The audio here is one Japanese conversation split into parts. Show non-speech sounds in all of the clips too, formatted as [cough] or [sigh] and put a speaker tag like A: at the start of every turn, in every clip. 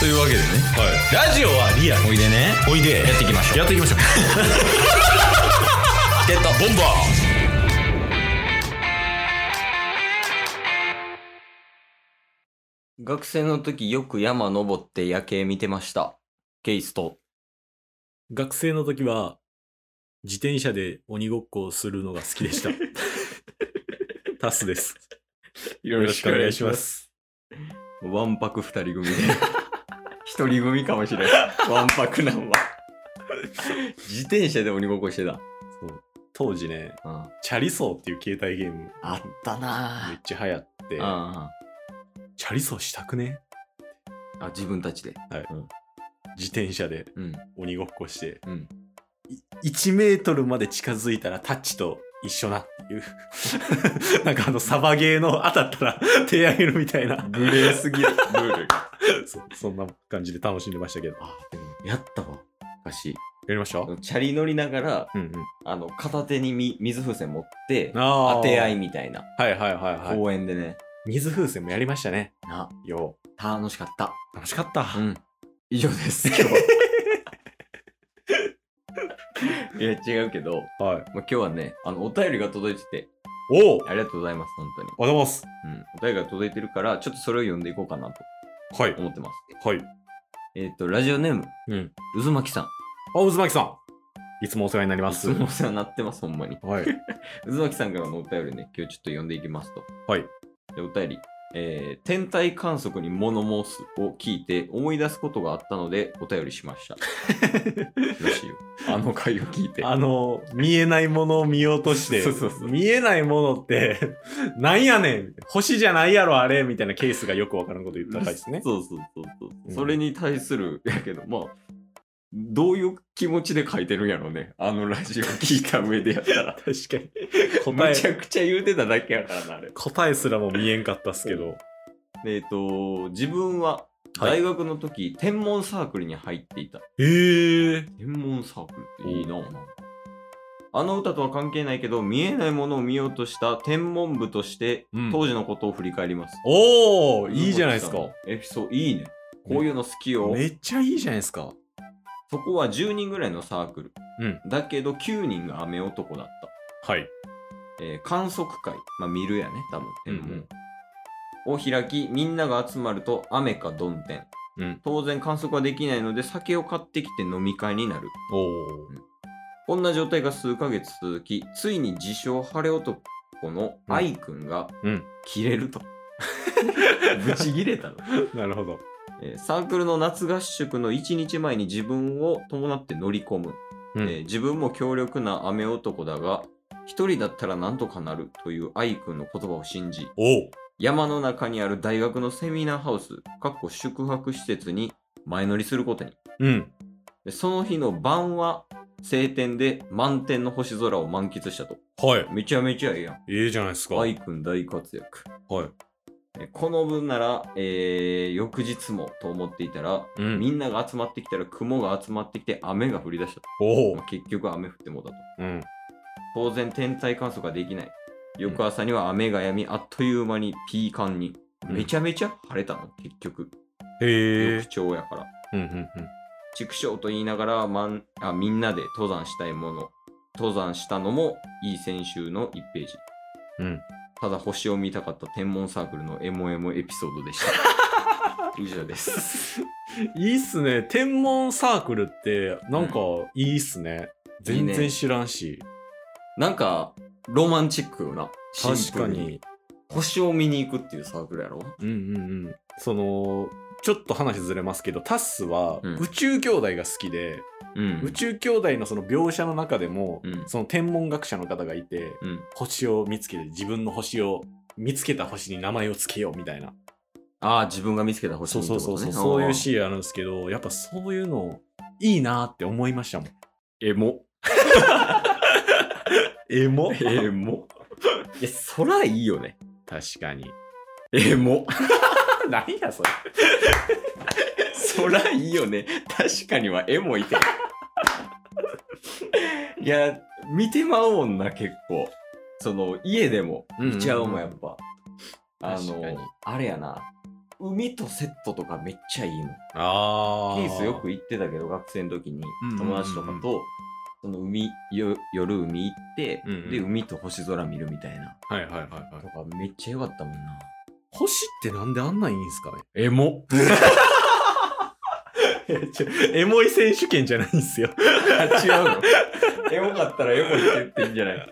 A: というわけでね
B: はい。ラジオはリアル。
A: おいでね
B: おいで。
A: やっていきましょう
B: やっていきましょう。
A: ゲットボンバ
C: 学生の時よく山登って夜景見てました。ケイスと。
B: 学生の時は、自転車で鬼ごっこをするのが好きでした。タスです。
A: ーよろしくお願いします
B: す。
C: ワンパク二人組で。 [laughs] 一人組かもしれん。ワンパクなんは。自転車で鬼ごっこしてた。
B: そう当時ね、
C: うん、
B: チャリソーっていう携帯ゲーム
C: あった
B: めっ
C: な
B: ちゃ流行って、
C: ぁ。あ
B: チャリソーしたくね
C: あ、自分たちで。
B: 自転車で
C: うん。
B: 鬼ごっこして、
C: うん
B: い1メートルまで近づいたらタッチと一緒なっていう [laughs] なんかあのサバゲーの当たったら手上げるみたいな
C: 無礼すぎる。ルールが。
B: そそんな感じで楽しんでましたけど
C: あ、でも、やったわ。昔。
B: やりましたうん
C: チャリ乗りながら、
B: うん
C: あの、片手にみ水風船持って、
B: あ
C: 当て合い
B: い
C: みたいな
B: はいはいはいはい
C: 公園でね。
B: 水風船もやりましたね
C: な、
B: よ
C: 楽しかった。
B: う楽しかった、
C: うん。以上 [laughs] です、今日。いや、違うけど、
B: はい
C: まあ、今日はね、あの、お便りが届いてて、
B: おお
C: ありがとうございます、本当に。
B: ありがとうございます
C: うん。お便りが届いてるから、ちょっとそれを読んでいこうかなと
B: はい
C: 思ってます。
B: はい
C: えっ、と、ラジオネーム、
B: うん
C: 渦巻さん。
B: あ渦巻さんいつもお世話になりま
C: いつ
B: す
C: もお世話になってます、ほんまに。
B: はい
C: 渦巻さんからのお便りね、今日ちょっと読んでいきますと。
B: はい
C: で、お便り。えー天体観測に物申すを聞いて思い出すことがあったのでお便りしま
B: [laughs]
C: した。らしいよ。あの回を聞い
B: [laughs]
C: て。
B: あの、見えないものを見ようとして
C: そうそうそう、
B: 見えないものって、 [laughs] なんやねん星じゃないやろ、あれみたいなケースがよくわからんこと言った回ですね。
C: そうそうそうそう、
B: うん
C: それに対する、やけど、まあ、どういう気持ちで書いてるんやろうね。あのラジオ聞いた上でやったら。
B: 確かに。 [laughs] 答
C: め
B: え、
C: ちゃくちゃ言うてただけやからな、あれ。
B: 答えすらも見えんかったっすけど。
C: えっ、と、自分は
B: はい
C: 大学の時、天文サークルに入っていた。
B: えー、
C: 天文サークルっていいな。なんかあの歌とは関係ないけど、見えないものを見ようとした天文部として、
B: うん
C: 当時のことを振り返ります。
B: おー、いいじゃないですか。。
C: エピソードいいね。こういうの好きよ。
B: めっちゃいいじゃないですか。
C: そこは10人ぐらいのサークル。
B: うん
C: だけど9人が雨男だった。
B: はい。
C: えー観測会、まあ、見るやね、多分天文、
B: うん
C: を開き、みんなが集まると雨かどん天。
B: うん。
C: 当然観測はできないので酒を買ってきて飲み会になる。
B: お
C: こんな状態が数ヶ月続き、ついに自称晴れ男の愛くんが
B: うん
C: 切
B: [laughs]
C: れると。ぶち切れたの、
B: ー。 [laughs] なるほど。
C: [laughs] えーサークルの夏合宿の1日前に自分を伴って乗り込む。
B: うん
C: えー自分も強力な雨男だが、一人だったらなんとかなるという愛くんの言葉を信じ、
B: おー。
C: 山の中にある大学のセミナーハウス、かっこ宿泊施設に前乗りすることに。
B: うん。
C: でその日の晩は晴天で満天の星空を満喫したと。
B: はい。
C: めちゃめちゃええやん。
B: いいじゃないですか。
C: 愛くん大活躍。
B: はい。
C: えこの分なら、えー翌日もと思っていたら、
B: う
C: み
B: ん。
C: んなが集まってきたら雲が集まってきて雨が降り出したと。
B: お
C: ま
B: ー
C: あ。結局雨降ってもだと。
B: うん。
C: 当然天体観測ができない。翌朝には雨が止み、あっという間にピーカンに。めちゃめちゃ晴れたの、結局。
B: へー
C: 翌。朝やから。
B: うんうんうん。
C: 畜生と言いながら、まんあみんなで登山したいもの。登山したのもいい先週の1ページ。
B: うん。
C: ただ星を見たかった天文サークルのエモエモエピソードでした。 [laughs] 以上です。
B: いいっすね。天文サークルって、なんかいいっすね。
C: いい
B: 全
C: ね
B: 然知らんし。
C: なんか、ロマンチックよな。シン
B: 確
C: プ
B: か
C: ル。
B: に。
C: 星を見に行くっていうサークルやろ
B: うんうんうん。その、ちょっと話ずれますけど、タッスは
C: うん
B: 宇宙兄弟が好きで、
C: うん
B: 宇宙兄弟のその描写の中でも、
C: うん
B: その天文学者の方がいて、
C: うん。
B: 星を見つけて、自分の星を、見つけた星に名前をつけようみたいな。
C: ああ、自分が見つけた星
B: そう
C: にって
B: そ
C: こ
B: う
C: と
B: そう
C: ね
B: そう。そういうシーンあるんですけど、やっぱそういうの、いいなって思いましたもん。[laughs]
C: エモ。
B: エモ
C: エモ。 [laughs] いや、そらいいよね。
B: 確 [laughs] かに。
C: エモ。
B: 何やそれ。
C: そらいいよね。確かにはエモ
B: [laughs]
C: いて。いや、見てまうもんな、結構。その、家でも見ちゃうもん、やっぱ。あ
B: 確かに
C: の、あれやな。海とセットとかめっちゃいいもん。
B: あ
C: キースよく行ってたけど、学生の時に
B: うんうんうん
C: 友達とかと、その海、よ夜海行って、
B: うんうん
C: で、海と星空見るみたいな。
B: はいはいはい
C: と
B: はい。
C: かめっちゃ良かったもんな。
B: 星ってなんであんないいんすかねエ [laughs] モ。エモい選手権じゃないん [laughs] すよ。
C: 違うの [laughs] エモかったらエモいって言ってんじゃない、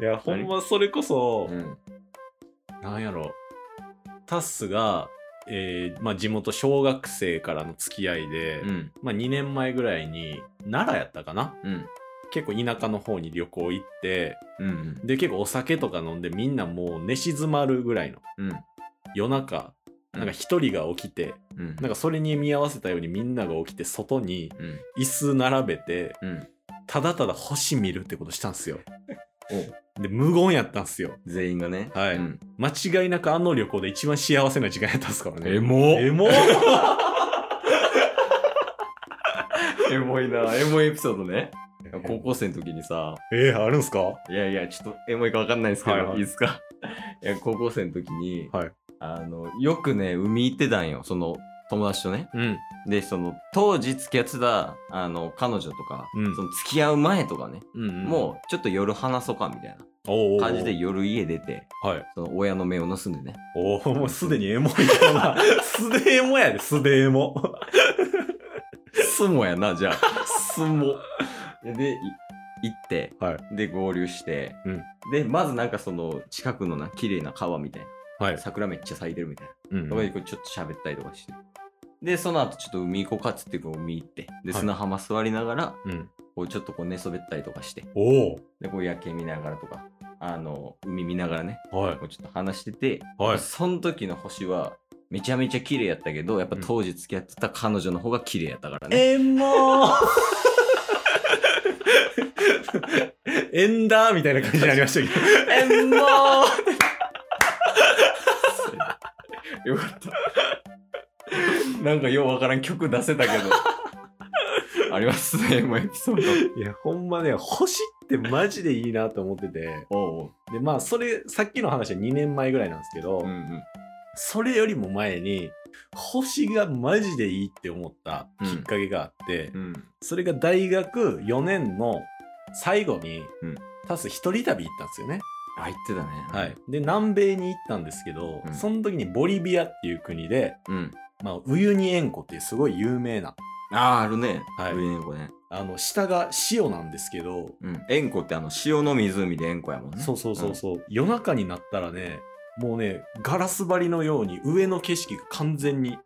B: いや、ほんまそれこそ、
C: ん、
B: なんやろタッスが、えーまあ、地元小学生からの付き合いで、
C: うん。
B: まあ、2年前ぐらいに奈良やったかな
C: うん。
B: 結構田舎の方に旅行行って
C: うん。
B: で結構お酒とか飲んでみんなもう寝静まるぐらいの
C: うん。
B: 夜中なんか一人が起きて、
C: うん。
B: なんかそれに見合わせたようにみんなが起きて外に
C: うん。
B: 椅子並べて
C: うん。
B: ただただ星見るってことしたんすよ
C: お
B: で無言やったんすよ
C: 全員がね。
B: はい
C: うん
B: 間違いなくあの旅行で一番幸せな時間やったんすからね
A: エモ
B: エモ
C: エモいな。エモいエピソードね。高校生の時にさ、
B: えー、あるんすか
C: いやいや、ちょっとエモいかわかんないですけど、
B: はい
C: い
B: はい
C: い、ですか [laughs] いや、高校生の時に、
B: はい
C: あの、よくね、海行ってたんよ。その、友達とね。
B: うん。
C: で、その、当時付き合ってた、あの、彼女とか、
B: うん
C: その付き合う前とかね、
B: うん
C: もう、ちょっと夜話そうかみたい
B: お
C: な感じで夜家出て、
B: う。はい。
C: その親の目を盗んでね。
B: おお、もうすでにエモいよ [laughs] な。すでエモやで、すでエモ。
C: スモやな、じゃあ。スモ。 [laughs] で、い行って、
B: は
C: で、合流して、
B: うん
C: で、まずなんかその、近くのな、綺麗な川みたい
B: は
C: な、。桜めっちゃ咲いてるみたいな、
B: うん
C: とかでこうちょっと喋ったりとかして。で、その後ちょっと海行こうかっつって、こう海行って、で、
B: はい
C: 砂浜座りながら、
B: うん。
C: こうちょっとこう寝そべったりとかして、
B: お
C: で、こう夜景見ながらとか、あの、海見ながらね、
B: お。はい
C: こ。うちょっと話してて、
B: はい。
C: その時の星は、めちゃめちゃ綺麗やったけど、やっぱ当時付き合ってた彼女の方が綺麗やったからね。
B: エモ [laughs] ーエンダーみたいな感じになりましたけ
C: えんまーよかった。なんかようわからん曲出せたけど。ありますね、もうエピソー
B: ど。いや、ほんまね、星ってマジでいいなと思ってて。
C: ド。おう
B: で、まあ、それ、さっきの話は2年前ぐらいなんですけど、
C: おう。うん
B: それよりも前に、星がマジでいいって思ったきっかけがあって、
C: うん。
B: それが大学4年の最後に、
C: うん
B: タス一人旅行ったんですよね。
C: あ、言ってたね。
B: はい。。で、南米に行ったんですけど、
C: うん
B: その時にボリビアっていう国で、
C: うん。
B: まあ、ウユニ塩湖っていうすごい有名な、
C: ああ、あるね。
B: はい
C: 上にこね。
B: あの、下が塩なんですけど、
C: うん。円湖ってあの、塩の湖で円湖やもんね。。
B: そううそうそうそう、夜中になったらね、もうね、ガラス張りのように上の景色が完全に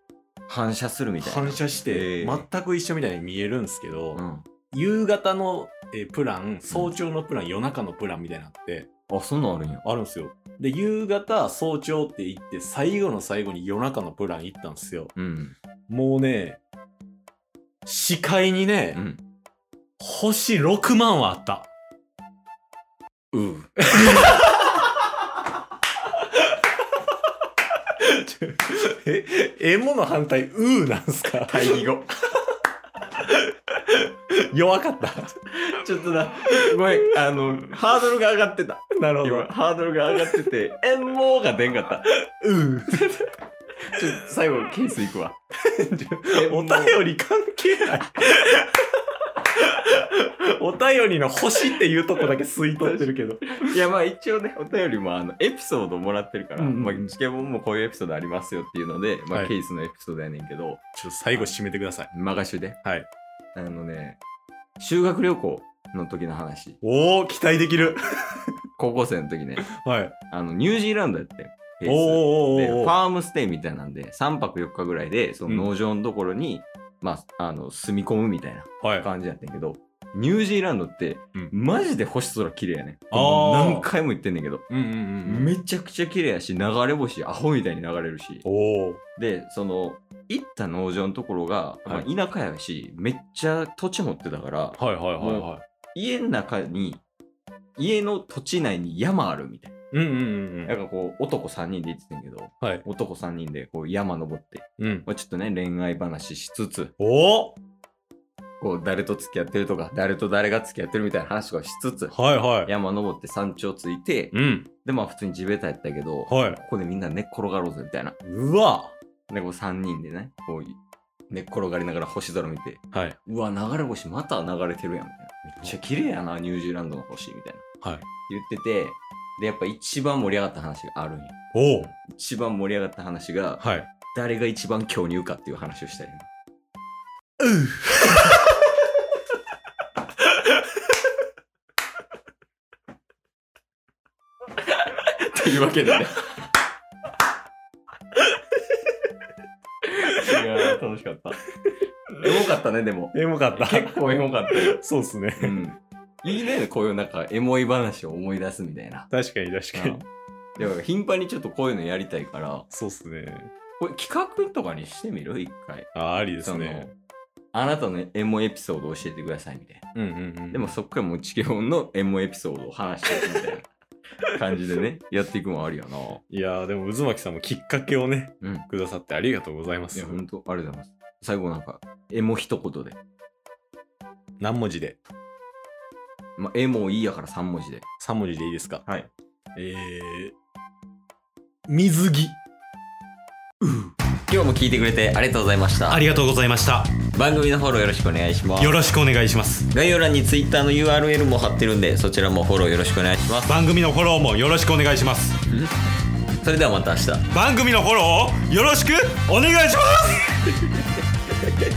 C: 反射するみたいな。
B: 反射して、
C: えー
B: 全く一緒みたいに見えるんですけど、
C: うん。
B: 夕方のえープラン、早朝のプラン、夜中のプランみたいになって、
C: あ、そんなんあるんや。
B: あるんですよ。で、夕方、早朝って行って、最後の最後に夜中のプラン行ったんですよ。
C: うん。
B: もうね、視界にね、
C: うん。
B: 星6万はあった。
C: うう。
B: [laughs] え、えもの反対、うーなんすか
C: 対義語。
B: 弱かった。 [laughs]
C: ちょっとな、ごめん、あの、ハードルが上がってた。
B: なるほ
C: 今
B: ど。
C: ハードルが上がってて [laughs] 「えんもう」が出んかった
B: うー。
C: ちょ最後ケースいくわ
B: [laughs] お便り関係 [laughs] ない。お便りの星っていうとこだけ吸い取ってるけど。
C: いやまあ一応ねお便りもあのエピソードもらってるから、
B: うんうん
C: まあ、チケボンもこういうエピソードありますよっていうので、まあ
B: はい
C: ケースのエピソードやねんけど
B: ちょっと最後締めてください。
C: マガシュで
B: はい
C: あのね修学旅行の時の話
B: おー、期待できる。
C: 高校生の時ね
B: はい。
C: あのニュージーランドやってケ
B: おー
C: ース
B: お
C: で
B: ー
C: フ
B: おーおー。
C: ァームステイみたいなんで3泊4日ぐらいでその農場のところに、まあ、あの住み込むみたいな
B: はい。
C: 感じやったんやけど、ニュージーランドって、
B: うん
C: マジで星空綺麗やね。
B: あー
C: 何回も言ってんねんけど、
B: うんうんうん。
C: めちゃくちゃ綺麗やし、流れ星、アホみたいに流れるし。
B: おお。
C: で、その、行った農場のところが、まあ
B: はい
C: 田舎やし、めっちゃ土地持ってたから、
B: はいはいはいはい。
C: 家の中に、家の土地内に山あるみたい
B: うん
C: な。
B: うん
C: なんかこう、男3人で行ってたんやけど、
B: はい
C: 男3人でこう山登って、
B: うん。うん。
C: まあ、ちょっとね、恋愛話しつつ、
B: おお
C: こう、誰と付き合ってるとか、誰と誰が付き合ってるみたいな話とかしつつ、
B: はいはい。
C: 山登って山頂着いて、
B: うん。
C: でまあ普通に地べたやったけど、こ
B: はい。
C: こでみんな寝っ転がろうぜみたいな
B: うわ
C: で、こう3人でね、こう、寝っ転がりながら星空見て、
B: はい。
C: うわ、流れ星また流れてるやん、みたいな。めっちゃ綺麗やな、ニュージーランドの星、みたいな。
B: はい。
C: 言ってて、で、やっぱ一番盛り上がった話があるんや。
B: おお
C: 一番盛り上がった話が、
B: はい。
C: 誰が一番巨乳かっていう話をしたり。うというわけでね。いやー楽しかった。エモかったね、でも。
B: [laughs] エモかった。
C: 結構エモかったよ。
B: [laughs] そうっすね。
C: うん。いいね、こういうなんかエモい話を思い出すみたいな。
B: 確かに確か
C: うん
B: に。
C: でも頻繁にちょっとこういうのやりたいから、
B: そうっすね。
C: これ企画とかにしてみる一回。
B: あ、ありです
C: その
B: ね。
C: あなたのエモエピソードを教えてくださいみたいな。
B: うんうんうん
C: でも、そっからもう地球のエモエピソードを話していくみたいな感じでね、やっていくのもありやな。
B: いやー、でも、渦巻さんもきっかけをね、
C: うん。
B: くださってありがとうございま
C: い
B: す
C: や、ほ。んと、ありがとうございます。最後なんか、エモ一言で。
B: 何文字で
C: まあ、エモいいやから3文字で。
B: ?3 文字でいいですか
C: はい。
B: えー、水着。
C: 今日も聞いてくれてありがとうございました。
B: りがとうございました。
C: 番組のフォローよろしくお願いします。
B: ろしくお願いします。
C: 概要欄に Twitter の URL も貼ってるんで、そちらもフォローよろしくお願いします。
B: 番組のフォローもよろしくお願いします。
C: それではまた明日。
B: 番組のフォローをよろしくお願いします